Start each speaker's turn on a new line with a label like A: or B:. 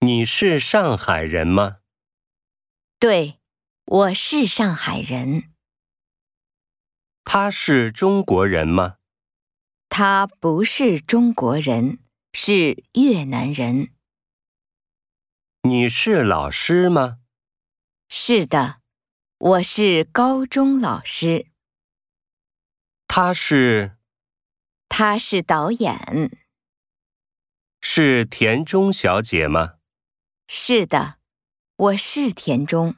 A: 你是上海人吗？
B: 对，我是上海人。
A: 他是中国人吗？
B: 他不是中国人，是越南人。
A: 你是老师吗？
B: 是的，我是高中老师。
A: 他是
B: 他是导演。
A: 是田中小姐吗？
B: 是的，我是田中。